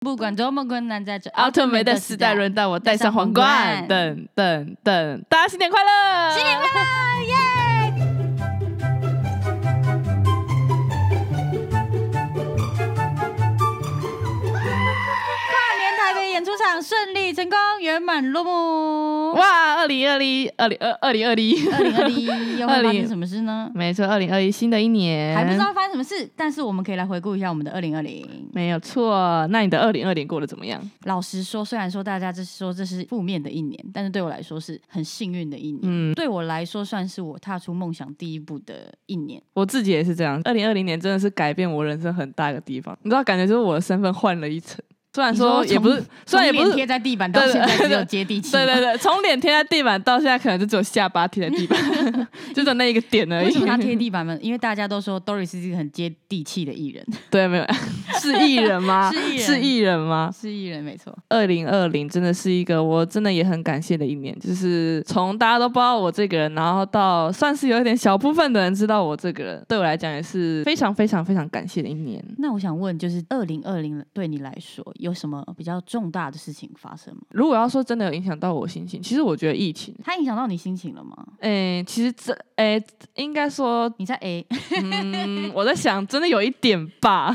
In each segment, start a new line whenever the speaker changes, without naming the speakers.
不管多么困难，在这
奥特曼的时代轮到我戴上皇冠，
戴
等等等，大家新年快乐！
新年快乐，耶！跨年台北演出场顺利成功，圆满落幕。
哇，二零二零，二零二二零二零，
二零二 一又会发
20
生什么事呢？
没错，二零二一新的一年，
还不知道发生什么事，但是我们可以来回顾一下我们的二零二零。
没有错，那你的二零二零过得怎么样？
老实说，虽然说大家这说这是负面的一年，但是对我来说是很幸运的一年。
嗯，
对我来说，算是我踏出梦想第一步的一年。
我自己也是这样。二零二零年真的是改变我人生很大一个地方，你知道，感觉就是我的身份换了一层。虽然说
你说
也不是，虽然也
从
不
脸
是，
贴在地板到现在只有接地气。
对对对，从脸贴在地板到现在，可能就只有下巴贴在 地板，就只有那一个点而已。
为什么他贴地板呢？因为大家都说 Doris 是一个很接地气的艺人，
对，没有是艺人 吗？
是艺人
啊是艺人吗？
是艺人没错。
二零二零真的是一个我真的也很感谢的一年，就是从大家都不知道我这个人，然后到算是有一点小部分的人知道我这个人，对我来讲也是非常非常非常感谢的一年。
那我想问，就是二零二零对你来说有什么比较重大的事情发生吗？
如果要说真的有影响到我心情，其实我觉得疫情，
它影响到你心情了吗？
诶，其实这诶应该说，
你在 A，
嗯，我在想，真的有一点吧，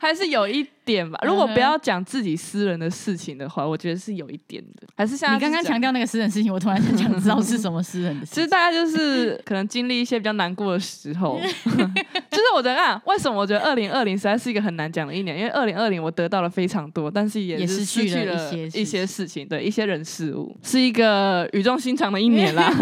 还是有一点吧。如果不要讲自己私人的事情的话，我觉得是有一点的，还是 像
你刚刚强调那个私人事情，我突然很想知道是什么私人的事
其
情
实。大 家就是可能经历一些比较难过的 时候，就是我在看为什么我觉得二零二零实在是一个很难讲的一年，因为二零二零我得到了非常多，但是也
也失
是失
去
去
了
了
一些事
一些事情，对一些人事物，是一个语重心长的一年 啦。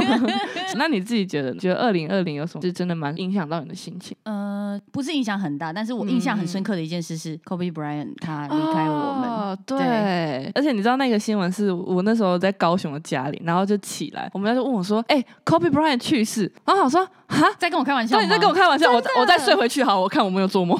那你自己觉得，觉得二零二零有什么是真的蛮影响到你的心情？
呃，不是影响很大，但是我印象很深刻的一件事是 Kobe Bryant 他离开我们。
嗯哦对
对
而且你知道那个新闻是我那时候在高雄的家里，然后就起来，我们家就问我说：“哎、k o b e Bryant 去世。”然后我想说：“哈，
在跟我开玩笑
对，
吗？
你在跟我开玩笑，我
真的
我再睡回去好，我看我没有做梦。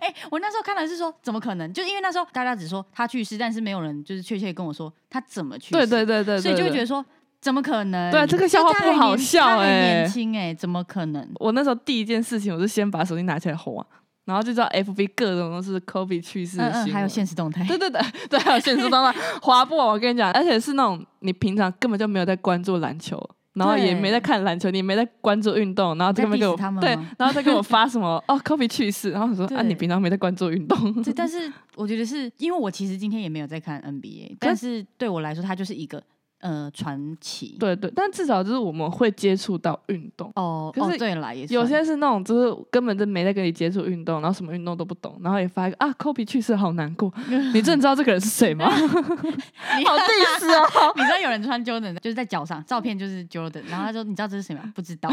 哎、我那时候看的是说，怎么可能？就因为那时候大家只说他去世，但是没有人就是确切跟我说他怎么去世，
对对对对，
所以就会
对
觉得说，怎么可能？
对这个笑话
就他还
不好
年
笑
他还
哎
年轻哎、怎么可能？
我那时候第一件事情，我是先把手机拿起来划，然后就知道 FB 各种都是 Kobe 去世
嗯
的新
嗯，
闻，
还有现实动态，
对对对 对，还有现实 当中划不完。我跟你讲，而且是那种你平常根本就没有在关注篮球。然后也
对
没在看篮球，你也没在关注运动，然后
在
这边给
diss
我
他们
对
吗，
然后再给我发什么 哦，Kobe 去世，然后我说啊，
对
你平常没在关注运动，
对，但是我觉得是因为我其实今天也没有在看 NBA，但是对我来说，它就是一个呃传奇。
对对，但至少就是我们会接触到运动，
哦
可
哦
是，
对啦，也
有
算
些是那种就是根本就没在跟你接触运动，然后什么运动都不懂，然后也发一个啊，Kobe 去世好 难过，你真的知道这个人是谁吗？
你
好 diss 哦！
你知道有人穿 Jordan 的，就是在脚上，照片就是 Jordan，然后他说你知道这是谁吗？不知道。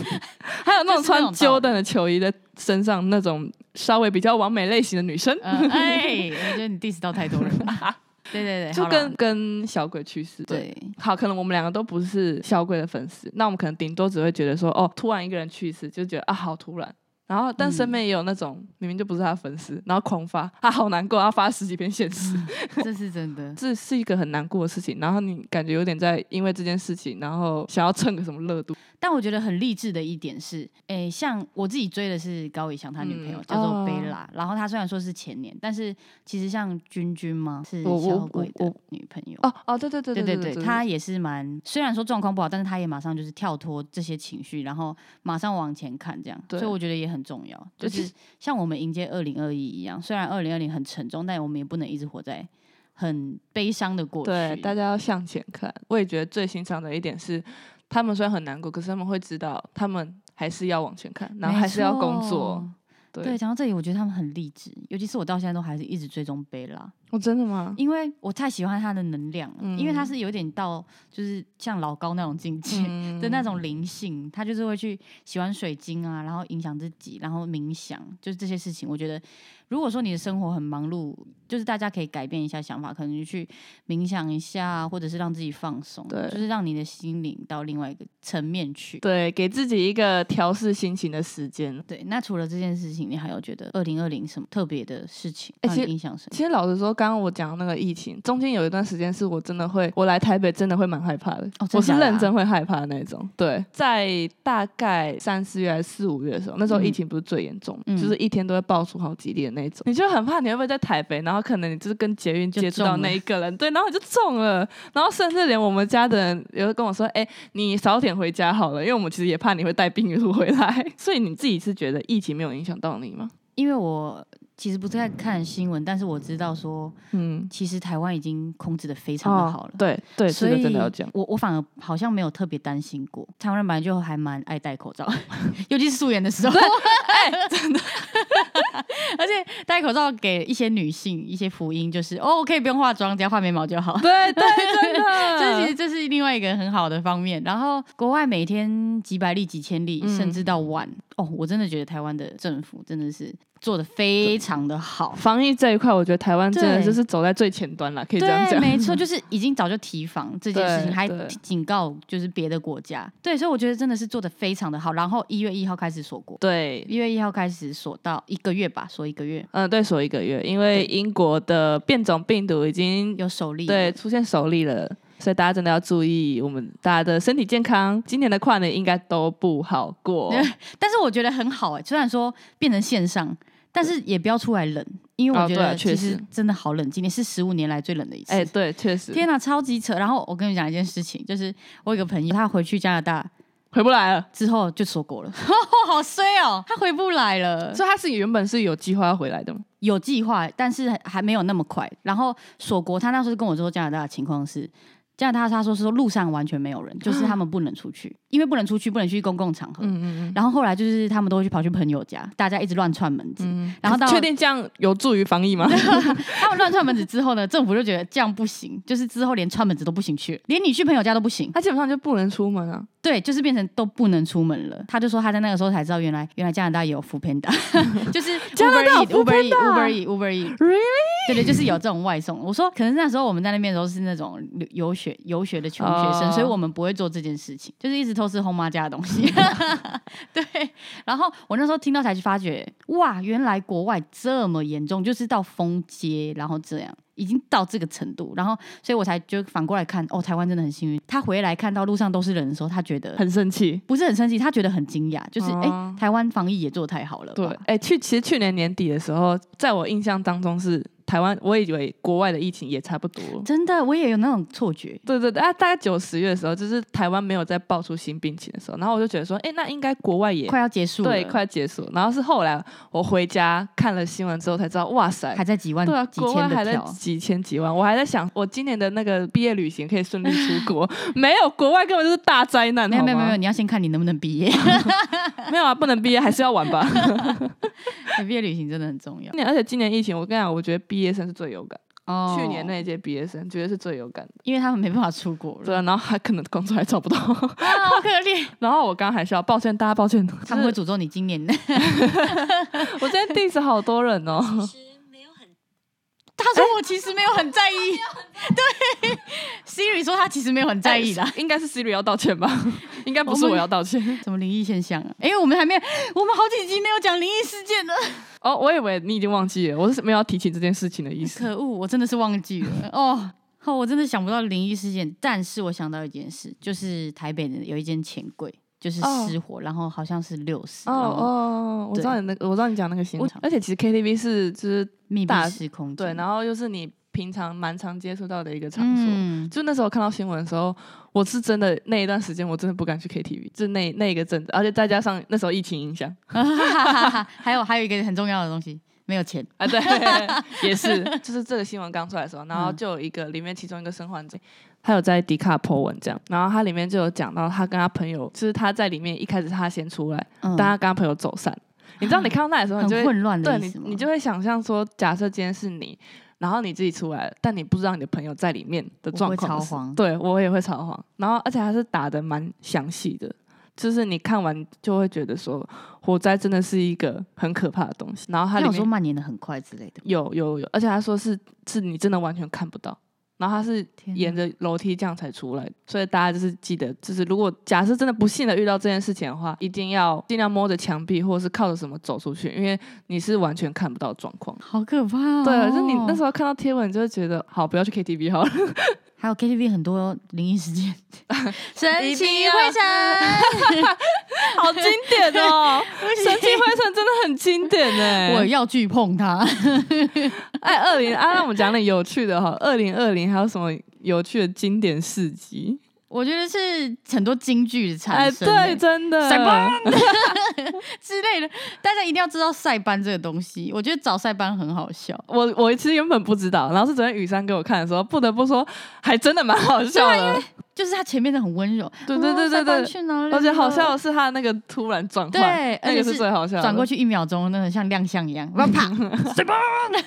还有那
就是那
种穿
种
Jordan 的球衣在身上那种稍微比较完美类型的女生，
呃，哎，我觉得你 diss 到太多人了。对对对，
就
好啦
跟跟小鬼去世
对。
好，可能我们两个都不是小鬼的粉丝，那我们可能顶多只会觉得说，哦，突然一个人去世，就觉得啊，好突然。然后，但
嗯
身边也有那种、明明就不是他的粉丝，然后狂发，啊，好难过，然后发十几篇现实，
这是真的。
这是一个很难过的事情，然后你感觉有点在因为这件事情，然后想要蹭个什么热度，
但我觉得很励志的一点是，诶、像我自己追的是高以翔他女朋友、
嗯
叫
哦
做贝拉，然后她虽然说是前年，但是其实像君君嘛是
我我
小鬼
我
的
我
女朋友。
哦哦，对对对
对
对
对，
对，
她也是蛮，虽然说状况不好，但是她也马上就是跳脱这些情绪，然后马上往前看，这样，
对
所以我觉得也很重要，
对
就
其
是像我们迎接二零二一一样，虽然二零二零很沉重，但我们也不能一直活在很悲伤的过去。
对大家要向前看。我也觉得最欣赏的一点是，他们虽然很难过，可是他们会知道他们还是要往前看，然后
没
还是要工
错
作。。对，
对，讲到这里，我觉得他们很励志，尤其是我到现在都还是一直追踪贝拉，
哦，真的吗？
因为我太喜欢她的能量了，因为她是有点到就是像老高那种境界。
嗯
的那种灵性，她就是会去喜欢水晶啊，然后影响自己，然后冥想，就是这些事情。我觉得，如果说你的生活很忙碌，就是大家可以改变一下想法，可能去冥想一下，或者是让自己放松，
对
就是让你的心灵到另外一个层面去。
对，给自己一个调试心情的时间。
对，那除了这件事情，你还有觉得二零二零什么特别的事情
哎
让
其
你
实
印象深刻？
其实老实说，刚刚我讲的那个疫情，中间有一段时间是我真的会，我来台北真的会蛮害怕的，
哦真
我是
假的啊
认真会害怕的那种。对，在大概三四月还是四五月的时候，那时候
嗯
疫情不是最严重，
嗯
就是一天都会爆出好几例的那种，你就很怕你会不会在台北，然后可能你就是跟捷运
就
接触到
中了
那一个人， 对，然后你就中了，然后甚至连我们家的人有的跟我说，哎、你早点回家好了，因为我们其实也怕你会带病毒回来， 所以你自己是觉得疫情没有影响到你吗？
因为我其实不太看新闻，但是我知道说，
嗯，
其实台湾已经控制的非常的好了。
哦、对对，
所
这
以
个真的要讲。
我我反而好像没有特别担心过。台湾人本来就还蛮爱戴口罩， 尤其是素颜的时候，真的。 而且戴口罩给一些女性一些福音，就是哦，我可以不用化妆，只要画眉毛就好。
对对，真
这其
的，
实这是另外一个很好的方面。然后国外每天几百例、几千例，
嗯
甚至到万哦，我真的觉得台湾的政府真的是做的非常的好。
防疫这一块，我觉得台湾真的
对
就是走在最前端了，可以这样
对，
讲。
没错，就是已经早就提防这件事情，
对
还
对
警告就是别的国家。对，所以我觉得真的是做的非常的好。然后一月一号开始锁国，
对，
一月一号开始锁到一个月吧，锁一个月
嗯，对，锁一个月，因为英国的变种病毒已经
有首例。
对，出现首例了，所以大家真的要注意我们大家的身体健康。今年的跨年应该都不好 过，
但是我觉得很好哎、虽然说变成线上。但是也不要出来冷，因为我
哦
觉
对啊
得
确
其
实
实真的好冷，今年是十五年来最冷的一次。
哎，对，确实
天哪、超级扯！然后我跟你讲一件事情，就是我有一个朋友，他回去加拿大
回不来了。
之后就锁 国了，好衰哦，他回不来了。
所以他是原本是有计划要回来的吗？
有计划，但是还还没有那么快。然后锁国，他那时候跟我说加拿大的情况是，加拿大他说是说路上完全没有人，就是他们不能出去，因为不能出去，不能去公共场合。
嗯嗯
然后后来就是他们都会去跑去朋友家，大家一直乱串门子。
嗯。
然后到
确定这样有助于防疫 吗？
他们乱串门子之后呢，政府就觉得这样不行，就是之后连串门子都不行去，连你去朋友家都不行。
他基本上就不能出门啊。
对，就是变成都不能出门了。他就说他在那个时候才知道，原来原来加拿大也有 f o o Panda，就是
加拿大有
Uber Eats- Uber
Foodpanda
E Uber E Uber E，
Really？
对对，就是有这种外送。我说可能那时候我们在那边的时候是那种留游学游学的穷学生
哦
所以我们不会做这件事情，就是一直偷吃后妈家的东西。 对，然后我那时候听到才去发觉，哇，原来国外这么严重，就是到封街，然后这样。已经到这个程度，然后，所以我才就反过来看，哦，台湾真的很幸运。他回来看到路上都是人的时候，他觉得
很生气。
不是很生气，他觉得很惊讶，就是哎、
哦
台湾防疫也做太好了吧。
对，哎、去其实去年年底的时候，在我印象当中是台湾，我以为国外的疫情也差不多。
真的，我也有那种错觉。
对对对，啊，大概九十月的时候，就是台湾没有再爆出新病情的时候，然后我就觉得说，哎、那应该国外也
快要结束了，
对快结束。然后是后来我回家看了新闻之后才知道，哇塞
还，在几万、
对啊，
几
国外
千
还
的
在
票，
几千几万，我还在想，我今年的那个毕业旅行可以顺利出国， 没有国外根本就是大灾难，
没有
好
没有
吗
没有，你要先看你能不能毕业。
没有啊，不能毕业还是要玩吧。
毕 业旅行真的很重要。
今年而且今年疫情，我跟你讲，我觉得毕业生是最有感。
哦
去年那，一届毕业生绝对是最有感的，
因为他们没办法出国
对
了，
啊，然后还可能工作还找不到，
啊，好可怜。
然后我刚刚还是要抱歉大家抱歉，
他们会诅咒你今年。
我今天 diss 好多人哦，
其实没有很
他说我其实没有很在意，对。Siri 说他其实没有很在意啦。
应该是 Siri 要道歉 吧，应该不是
我们
我要道歉
什么灵异现象啊？哎，我们还没，我们好几集没有讲灵异事件了。
哦，我以为你已经忘记了，我是没有要提起这件事情的意思。
可恶，我真的是忘记了哦。哦，我真的想不到灵异事件，但是我想到一件事，就是台北的有一间钱柜，就是
哦
失火，然后好像是六十，
哦
然后
哦，我知道你那个，我知道你讲那个现
我
场，而且其实 KTV 是就是
密闭
大
式空间，
对，然后又是你平常蛮常接触到的一个场所，
嗯，
就那时候看到新闻的时候，我是真的那一段时间我真的不敢去 KTV，就那那一个阵子，而且再加上那时候疫情影响
还有还有一个很重要的东西，没有钱，
啊，对，也是，就是这个新闻刚出来的时候，然
嗯
后就有一个里面其中一个生还者，他有在迪卡 po 文这样，然后他里面就有讲到他跟他朋友，就是他在里面一开始他先出来，
嗯啊
但他跟他朋友走散，你知道你看到那里的时候，你就
很
会
混乱的
对
意
你
思吗？
你就会想象说，假设今天是你。然后你自己出来了，但你不知道你的朋友在里面的
我
状
会
况
超
是
慌
对我也会超慌。然后而且还是打的蛮详细的，就是你看完就会觉得说，火灾真的是一个很可怕的东西。然后它
他
里
有
面
说蔓延的很快之类的，
有有有，而且他说是是你真的完全看不到，然后他是
天
沿着楼梯这样才出来的，所以大家就是记得，就是如果假设真的不幸的遇到这件事情的话，一定要尽量摸着墙壁或者是靠着什么走出去，因为你是完全看不到状况。
好可怕、哦。
对，就是你那时候看到贴文，你就会觉得好，不要去 KTV 好了。
还有 KTV 很多灵异事 件，神
一
奇
定要
灰尘。
好经典哦，《 神奇灰尘》真的很经典呢。
我要去碰它。
哎，二零啊，让我们讲点有趣的哈。二零二零还有什么有趣的经典事迹？
我觉得是很多京剧的
哎，
产生、欸
对，真的，
闪 光之类的，大家一定要知道塞班这个东西。我觉得找塞班很好笑，
我我其实原本不知道，然后是昨天雨珊给我看的时候，不得不说，还真的蛮好笑
啊
的。
就是他前面的很温柔，
对对对
哦
对
塞班
对，
去哪里？
而且好笑。的是他那个突然转换，
对
那
而且
个是
是
最好笑的。
转过去一秒钟，那个像亮相一样， 啪啪，塞班，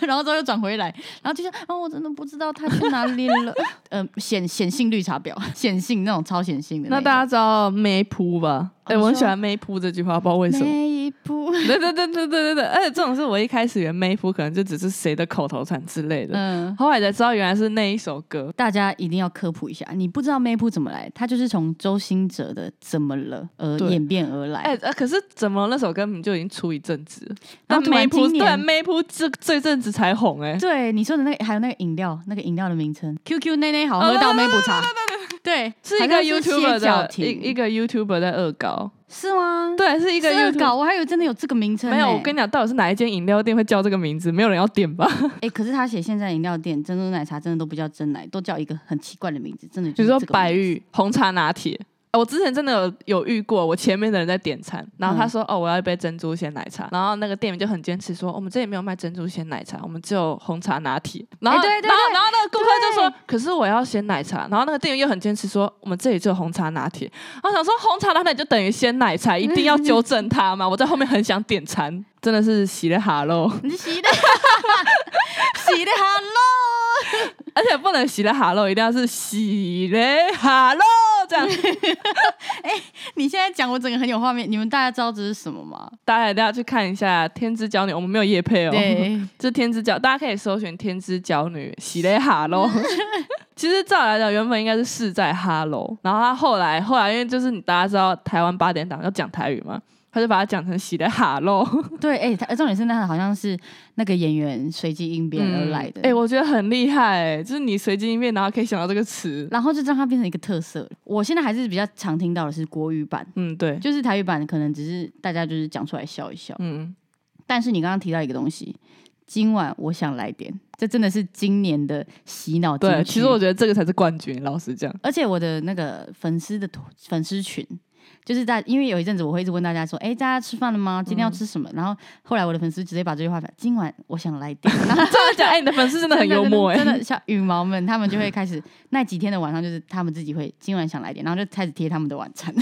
然后之后又转回来，然后就像，哦，我真的不知道他去哪里了。 呃，显显性绿茶婊，显性那种超显性的
那
种
大家知道梅扑吧？哎、
哦
我很
你说
喜欢梅扑这句话，不知道为什么。
每一步，
对对对对对对对，而且这种是我一开始原梅扑可能就只是谁的口头禅之类的，
嗯，
后来才知道原来是那一首歌。
大家一定要科普一下，你不知道 Maple 怎么来，它就是从周兴哲的《怎么了》而
对
演变而来。
哎、呃，可是怎么那首歌明明就已经出一阵子了，
然后突然
梅扑
今
对
年
梅扑这这阵子才红哎、
对你说的那个，还有那个饮料，那个饮料的名称，QQ 内内好喝
哦
到 Maple 茶，对，
是一
好
个
像歇
YouTuber
脚
的，
亭
一一个 YouTuber 在恶搞，
是吗？
对，是一个
是恶
YouTuber。
搞，我还以为真的有这个名称呢、欸
没有，我跟你讲，到底是哪一间饮料店会叫这个名字？没有人要点吧？
哎、可是他写现在饮料店珍珠奶茶真的都不叫真奶，都叫一个很奇怪的名字，真的
比
就
如
是
说
这个
白
名字
玉红茶拿铁。哦我之前真的有有遇过，我前面的人在点餐，
嗯
然后他说：“哦，我要一杯珍珠鲜奶茶。”然后那个店员就很坚持说：“哦我们这里没有卖珍珠鲜奶茶，我们只有红茶拿铁。”然后，
哎对对
然后，然后那个顾客就说
对：“
可是我要鲜奶茶。”然后那个店员又很坚持说：“我们这里只有红茶拿铁。”然后想说：“红茶拿铁就等于鲜奶茶，一定要纠正他吗？”我在后面很想点餐，真的是洗了哈喽，
你洗的 洗的 hello。
而且不能洗了哈喽，一定要是洗了哈喽这 样。
你现在讲，我整个很有画面。你们大家知道这是什么吗？
大家一定要去看一下《天之娇女》，我们没有夜配哦。，
对，
这《天之娇》，大家可以搜寻《天之娇女》喜雷哈 喽。其实照来讲，原本应该是是在哈喽，然后他后来后来，因为就是你大家知道台湾八点档要讲台语嘛，他就把它讲成喜雷哈喽。
对，哎、他重点是那好像是那个演员随机应变而来的，
哎、我觉得很厉害、就是你随机应变，然后可以想到这个词。
然后就让它变成一个特色。我现在还是比较常听到的是国语版，
嗯，对，
就是台语版可能只是大家就是讲出来笑一笑。
嗯，
但是你刚刚提到一个东西，今晚我想来点，这真的是今年的洗脑金
对。
曲
其实我觉得这个才是冠军，老 实讲。
而且我的那个粉丝的团粉丝群，就是在因为有一阵子我会一直问大家说，哎、大家吃饭了
嗯
吗？今天要吃什么？然后后来我的粉丝直接把这句话讲，今晚我想来 点，然后
真的讲，哎、你的粉丝真的很幽默、哎，
真的真的像羽毛们，他们就会开始那几天的晚上，就是他们自己会今晚想来点，然后就开始贴他们的晚 餐。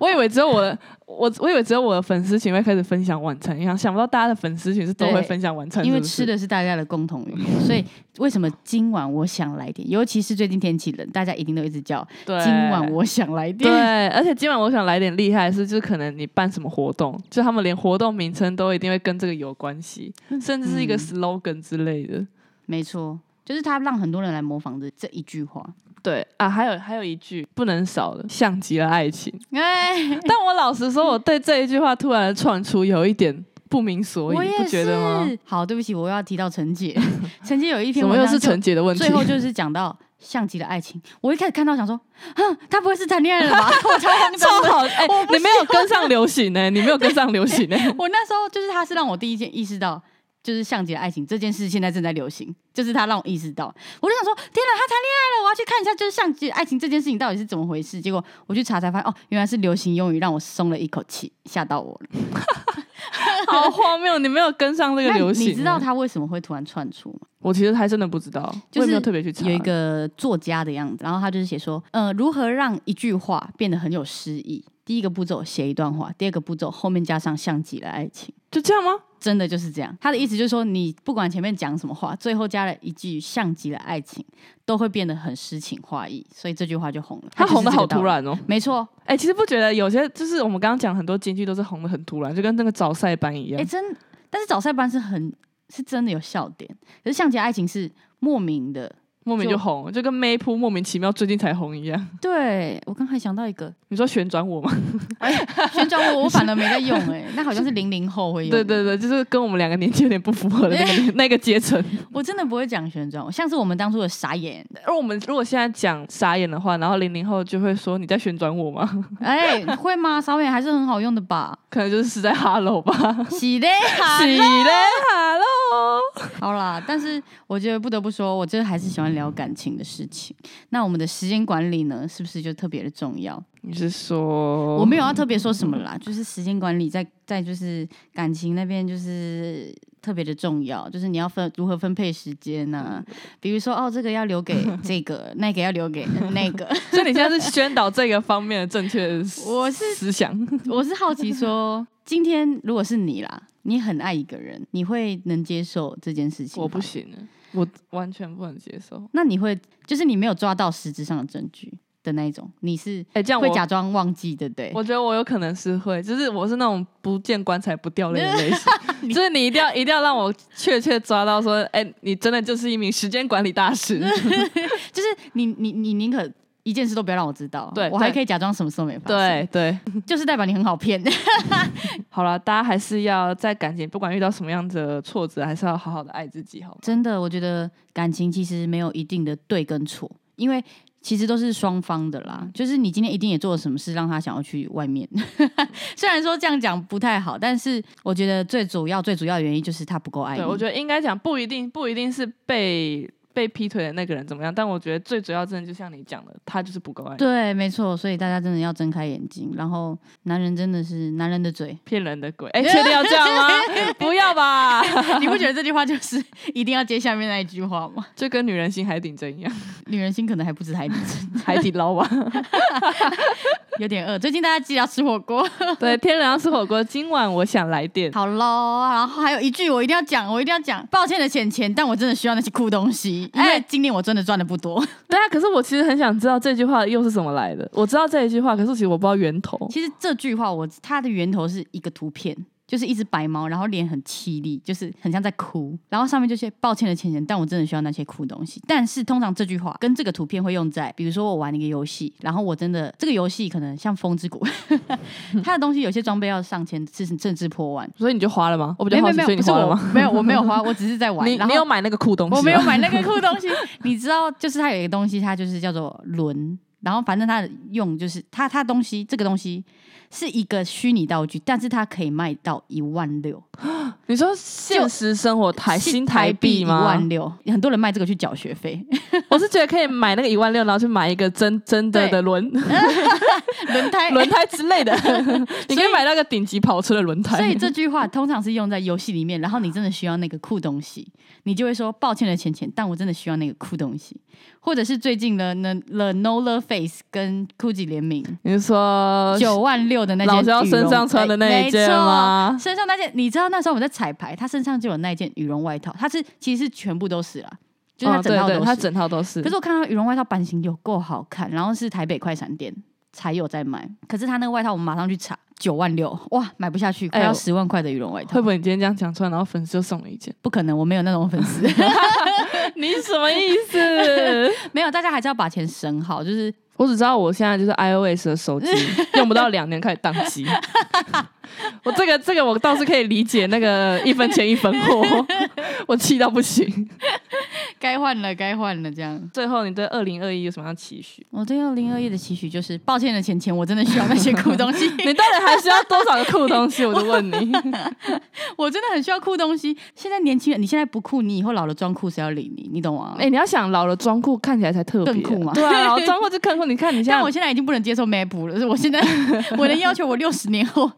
我以为只有我的，我我以为只有我的粉丝群会开始分享晚餐一样，想不到大家的粉丝群是都会
对
分享晚餐，
因为
是不是
吃的是大家的共同语言，所以为什么今晚我想来点？尤其是最近天气冷，大家一定都一直叫
对
今晚我想来点。
对，而且今晚我想来点厉害的是，就是可能你办什么活动，就他们连活动名称都一定会跟这个有关系，甚至是一个
嗯
slogan 之类的。
没错，就是他让很多人来模仿这这一句话。
对啊，还有还有一句不能少的，像极了爱情。
哎，
但我老实说，我对这一句话突然窜出有一点不明所以，
我也
不
是。
觉得吗？
好，对不起，我又要提到陈姐。 陈姐有一篇
怎么
文
又
章
是
就
陈姐的问题
最？后就是讲到像极了爱情。我一开始看到想说，哼，他不会是谈恋爱 了吧？我超慌张
超
的。
好哎、
我不
你没有跟上流行 呢、你没有跟上流行呢、
我那时候就是他是让我第一件意识到，就是像极了爱情这件事现在正在流行，就是他让我意识到，我就想说，天哪，他谈恋爱了，我要去看一下，就是像极了爱情这件事情到底是怎么回事。结果我去查才发现，哦，原来是流行用语，让我松了一口气，吓到我了。
好荒谬！你没有跟上这个
那
流行。啊
你知道？他为什么会突然窜出吗？
我其实还真的不知道，
就是
我也没有特别去查。
有一个作家的样子，然后他就是写说，呃，如何让一句话变得很有诗意？第一个步骤写一段话，第二个步骤后面加上像极了爱情。
就这样吗？
真的就是这样。他的意思就是说，你不管前面讲什么话，最后加了一句像极了爱情，都会变得很诗情画意，所以这句话就红了。
他红的
的
好突，然哦。
没错，
哎、其实不觉得有些就是我们刚刚讲很多京剧都是红的很突然，就跟那个早赛班一
哎、
样。
真， 但是早赛班是很是真的有笑点，可是像极了爱情是莫名的
莫名就
就
红了，就跟 Maypool 莫名其妙最近才红一样。
对我刚还想到一个
你说旋转我吗？
旋转我，我反而没在用 哎、那好像是零零后会用。
对对对，就是跟我们两个年纪有点不符合的那个 年那个阶层。
我真的不会讲旋转，像是我们当初的傻眼，
而我们如果现在讲傻眼的话，然后零零后就会说你在旋转我吗？
哎、会吗？ 傻眼还是很好用的吧？
可能就是是在 Hello 吧。
喜嘞，
喜嘞 Hello，
好啦，但是我觉得不得不说，我这还是喜欢聊感情的事情。那我们的时间管理呢，是不是就特别的重要？
你是说
我没有要特别说什么 啦，就是时间管理在在就是感情那边就是特别的重要，就是你要分如何分配时间呐、
嗯
比如说哦，这个要留给这个，那个要留给那 个。
所以你现在是宣导这个方面的正确的
我是
思想，
我是好奇说，今天如果是你啦，你很爱一个人，你会能接受这件事情吗？
我不行，我完全不能接受。
那你会就是你没有抓到实质上的证据的那一种，你是
哎、这样
会
我
假装忘记，对不对？
我觉得我有可能是会，就是我是那种不见棺材不掉 泪的类型，就是你一定要一定要让我确切抓到说，哎、你真的就是一名时间管理大师。
就是你你你宁可一件事都不要让我知道，
对
我还
对
可以假装什么事都没发生，
对对，
对，就是代表你很好骗。
好了，大家还是要在感情不管遇到什么样的挫折，还是要好好的爱自己，好吗？
真的，我觉得感情其实没有一定的对跟错，因为其实都是双方的啦。就是你今天一定也做了什么事，让他想要去外面。 虽然说这样讲不太好，但是我觉得最主要、最主要的原因就是他不够爱你。
对，我觉得应该讲不一定不一定是被被劈腿的那个人怎么样，但我觉得最主要真的就像你讲的，他就是不够爱你，。
对，没错。所以大家真的要睁开眼睛，然后男人真的是男人的嘴
骗人的鬼。哎、确定要这样 吗？不要吧，
你不觉得这句话就是 一定要接下面那一句话吗？
就跟女人心海底针一样，
女人心可能还不止海底针，
海底捞啊吧。
有点饿。最近大家记得要吃火锅。
对，天冷要吃火锅，今晚我想来点。
好喽，然后还有一句我一定要讲，我一定要讲，抱歉的钱钱，但我真的需要那些酷东西，因为今年我真的赚的不多。
对啊，可是我其实很想知道这句话又是怎么来的。我知道这一句话，可是其实我不知道源头。
其实这句话我它的源头是一个图片，就是一只白猫，然后脸很凄厉，就是很像在哭，然后上面就写抱歉的钱钱，但我真的需要那些酷东西。但是通常这句话跟这个图片会用在，比如说我玩一个游戏，然后我真的这个游戏可能像风之谷， 它的东西有些装备要上千，甚至甚至破万。
所以你就花了吗？我比
没
较
有
好
没有
奇，
没有，不
所以你
是
花了
我
吗？
没有我没有花，我只是在玩。
你
然
你
后。
有买那个酷东 西？
我没有。买那个酷东西。 你知道，就是它有一个东西，它就是叫做轮，然后反正它的用就是它它东西这个东西是一个虚拟道具，但是它可以卖到一万六
你说现实生活台
是
新台币
一
吗？
万六，很多人卖这个去缴学 费，
我是觉得可以买那个一万六，然后去买一个真真的
对
的轮
轮胎
轮。胎之类的， 你可以买那个顶级跑车的轮胎。
所以哎这句话通常是用在游戏里面，然后你真的需要那个酷东西，你就会说抱歉了钱钱，但我真的需要那个酷东西，或者是最近的那 The No Love Face 跟 Gucci 联名，
你是说哦
九万六的那件
呃
哎
老肖身上穿的那一件吗
没错身上那件，你知道那时候我们在彩排，他身上就有那一件羽绒外套，他是其实是全部都是啦，就是他
哦，
整
对
套都
对，
是。
他整嗯套都是
可。是我看到羽绒外套版型有够好看，然后是台北快闪店才有在卖，可是他那个外套我们马上去查，九万六，哇，买不下去，快
哎
要
呦
十万块的羽绒外套，
会不会你今天这样讲出来，然后粉丝就送你一件？
不可能，我没有那种粉 丝，
你什么意思？
没有，大家还是要把钱省好，就是
我只知道我现在就是 iOS 的 手机用不到两年开始宕 机。我这个这个我倒是可以理解，那个 一分钱一分货， 我气到不行。
该换了，该换了这样。
最后，你对二零二一有什么样的期许？
我对二零二一的期许就是，抱歉了，钱钱，我真的需要那些酷东 西。
你到底还需要多少个酷东西？我就问你。
我真的很需要酷东西。现在年轻人，你现在不酷，你以后老了装酷谁要理你？你懂吗？
哎、你要想老了装酷看起来才特别、
更酷嘛
对啊，老了装酷就更酷。你看你现
但
在
我现在已经不能接受 map 了，所以我 现在我能要求我六十年后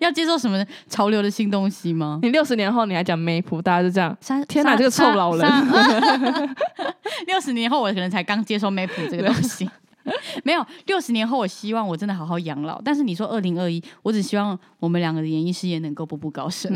要接受什么潮流的新东西吗？
你六十年后你还讲 Map，大家就这样。
三
天哪
三
这个臭
三
老人
三 六十年后我可能才刚接受 map 这个东西。 没有，六十年后我希望我真的好好养老。但是你说二零二一，我只希望我们两个的
嗯
演艺事业能够步步高升，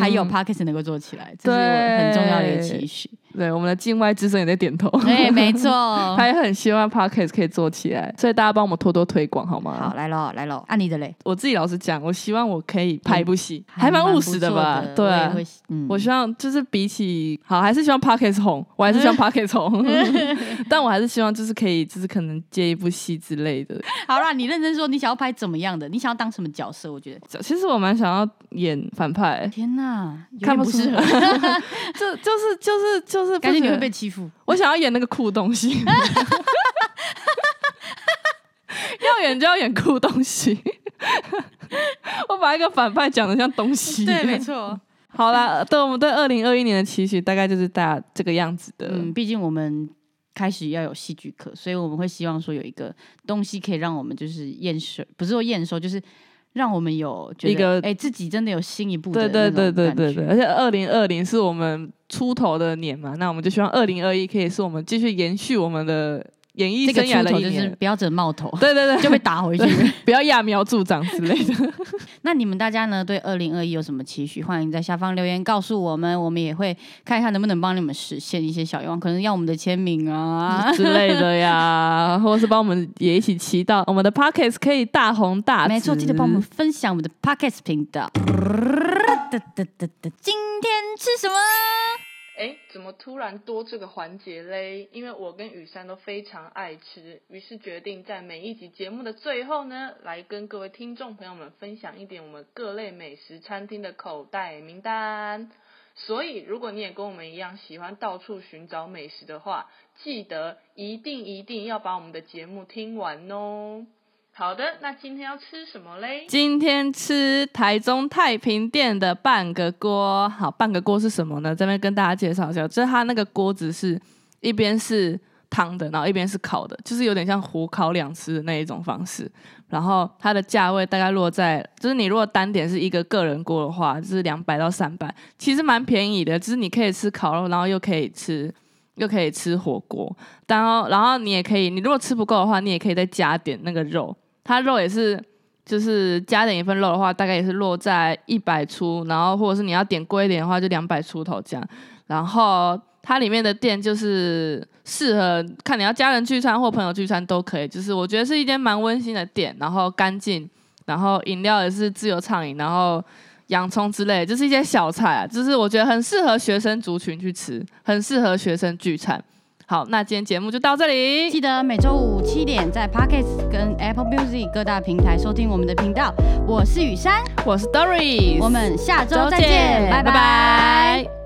还有 p a r k e s 能够做起来，这是我很重要的一个期许。
对，我们的境外之声也在点头，
对，没错。
他也很希望 podcast 可以做起来，所以大家帮我们多多推广好吗？
好，来喽，来喽，按你的嘞，
我自己老实讲，我希望我可以拍一部戏，还蛮务
嗯不
实
错
吧？
的
对
我
啊
也，会嗯，
我希望就是比起好，还是希望 Parkes 红，我还是希望 Parkes 红， 但我还是希望就是可以，就是可能接一部戏之类的。
好啦，你认真说，你想要拍怎么样的？你想要当什么角色？我 觉得，
其实我蛮想要演反派，
天哪，有
看
点
不
不
出
适合，
就就是就是就是，
感觉你
不
会
觉
被欺 负。
我想要演那个酷东 西，要演就要演酷东西。我把一个反派讲的像东西，
对，没。 错。
好啦，呃对我们对二零二一年的期许大概就是大家这个样子的。
嗯，毕竟我们开始要有戏剧课，所以我们会希望说有一个东西可以让我们就是验收，不是说验收，就是让我们有觉得
一个
哎、自己真的有新一步的
对对对
那种
对
感
对
觉
对，而且二零二零是我们出头的年嘛，那我们就希望二零二一可以是我们继续延续我们的演艺
这
生
个
涯
出
的
头
一
就是
年。
不要整冒
。
头
对对对，
就被打回去。
不要揠苗助长之类的。。
那你们大家呢？对二零二一有什么期许？欢迎在下方留言告诉我们，我们也会看一看能不能帮你们实现一些小愿望，可能要我们的签名啊
之类的呀，或者是帮我们也一起祈祷，我们的 pockets 可以大红大紫。
没错，记得帮我们分享我们的 Pockets 频道。今天吃什么？
哎，怎么突然多这个环节嘞？因为我跟雨珊都非常爱吃，于是决定在每一集节目的最后呢，来跟各位听众朋友们分享一点我们各类美食餐厅的口袋名单。所以，如果你也跟我们一样喜欢到处寻找美食的话，记得一定一定要把我们的节目听完哦。好的，那今天要吃什么嘞？
今天吃台中太平店的半个锅，好，半个锅是什么呢？这边跟大家介绍一下，就是它那个锅子是一边是汤的，然后一边是烤的，就是有点像火烤两吃的那一种方式。然后它的价位大概落在，就是你如果单点是一个个人锅的话，就是两百到三百，其实蛮便宜的。就是你可以吃烤肉，然后又可以吃。又可以吃火锅，然后然后你也可以，你如果吃不够的话，你也可以再加点那个肉，它肉也是就是加点一份肉的话，大概也是落在一百出，然后或者是你要点贵一点的话，就两百出头这样。然后它里面的店就是适合看你要家人聚餐或朋友聚餐都可以，就是我觉得是一间蛮温馨的店，然后干净，然后饮料也是自由畅饮，然后。洋葱之类，就是一些小菜啊，就是我觉得很适合学生族群去吃，很适合学生聚餐。好，那今天节目就到这里，
记得每周五七点在 Pockets 跟 Apple Music 各大平台收听我们的频道。我是雨珊，
我是 Doris，
我们下周再见，拜拜。
拜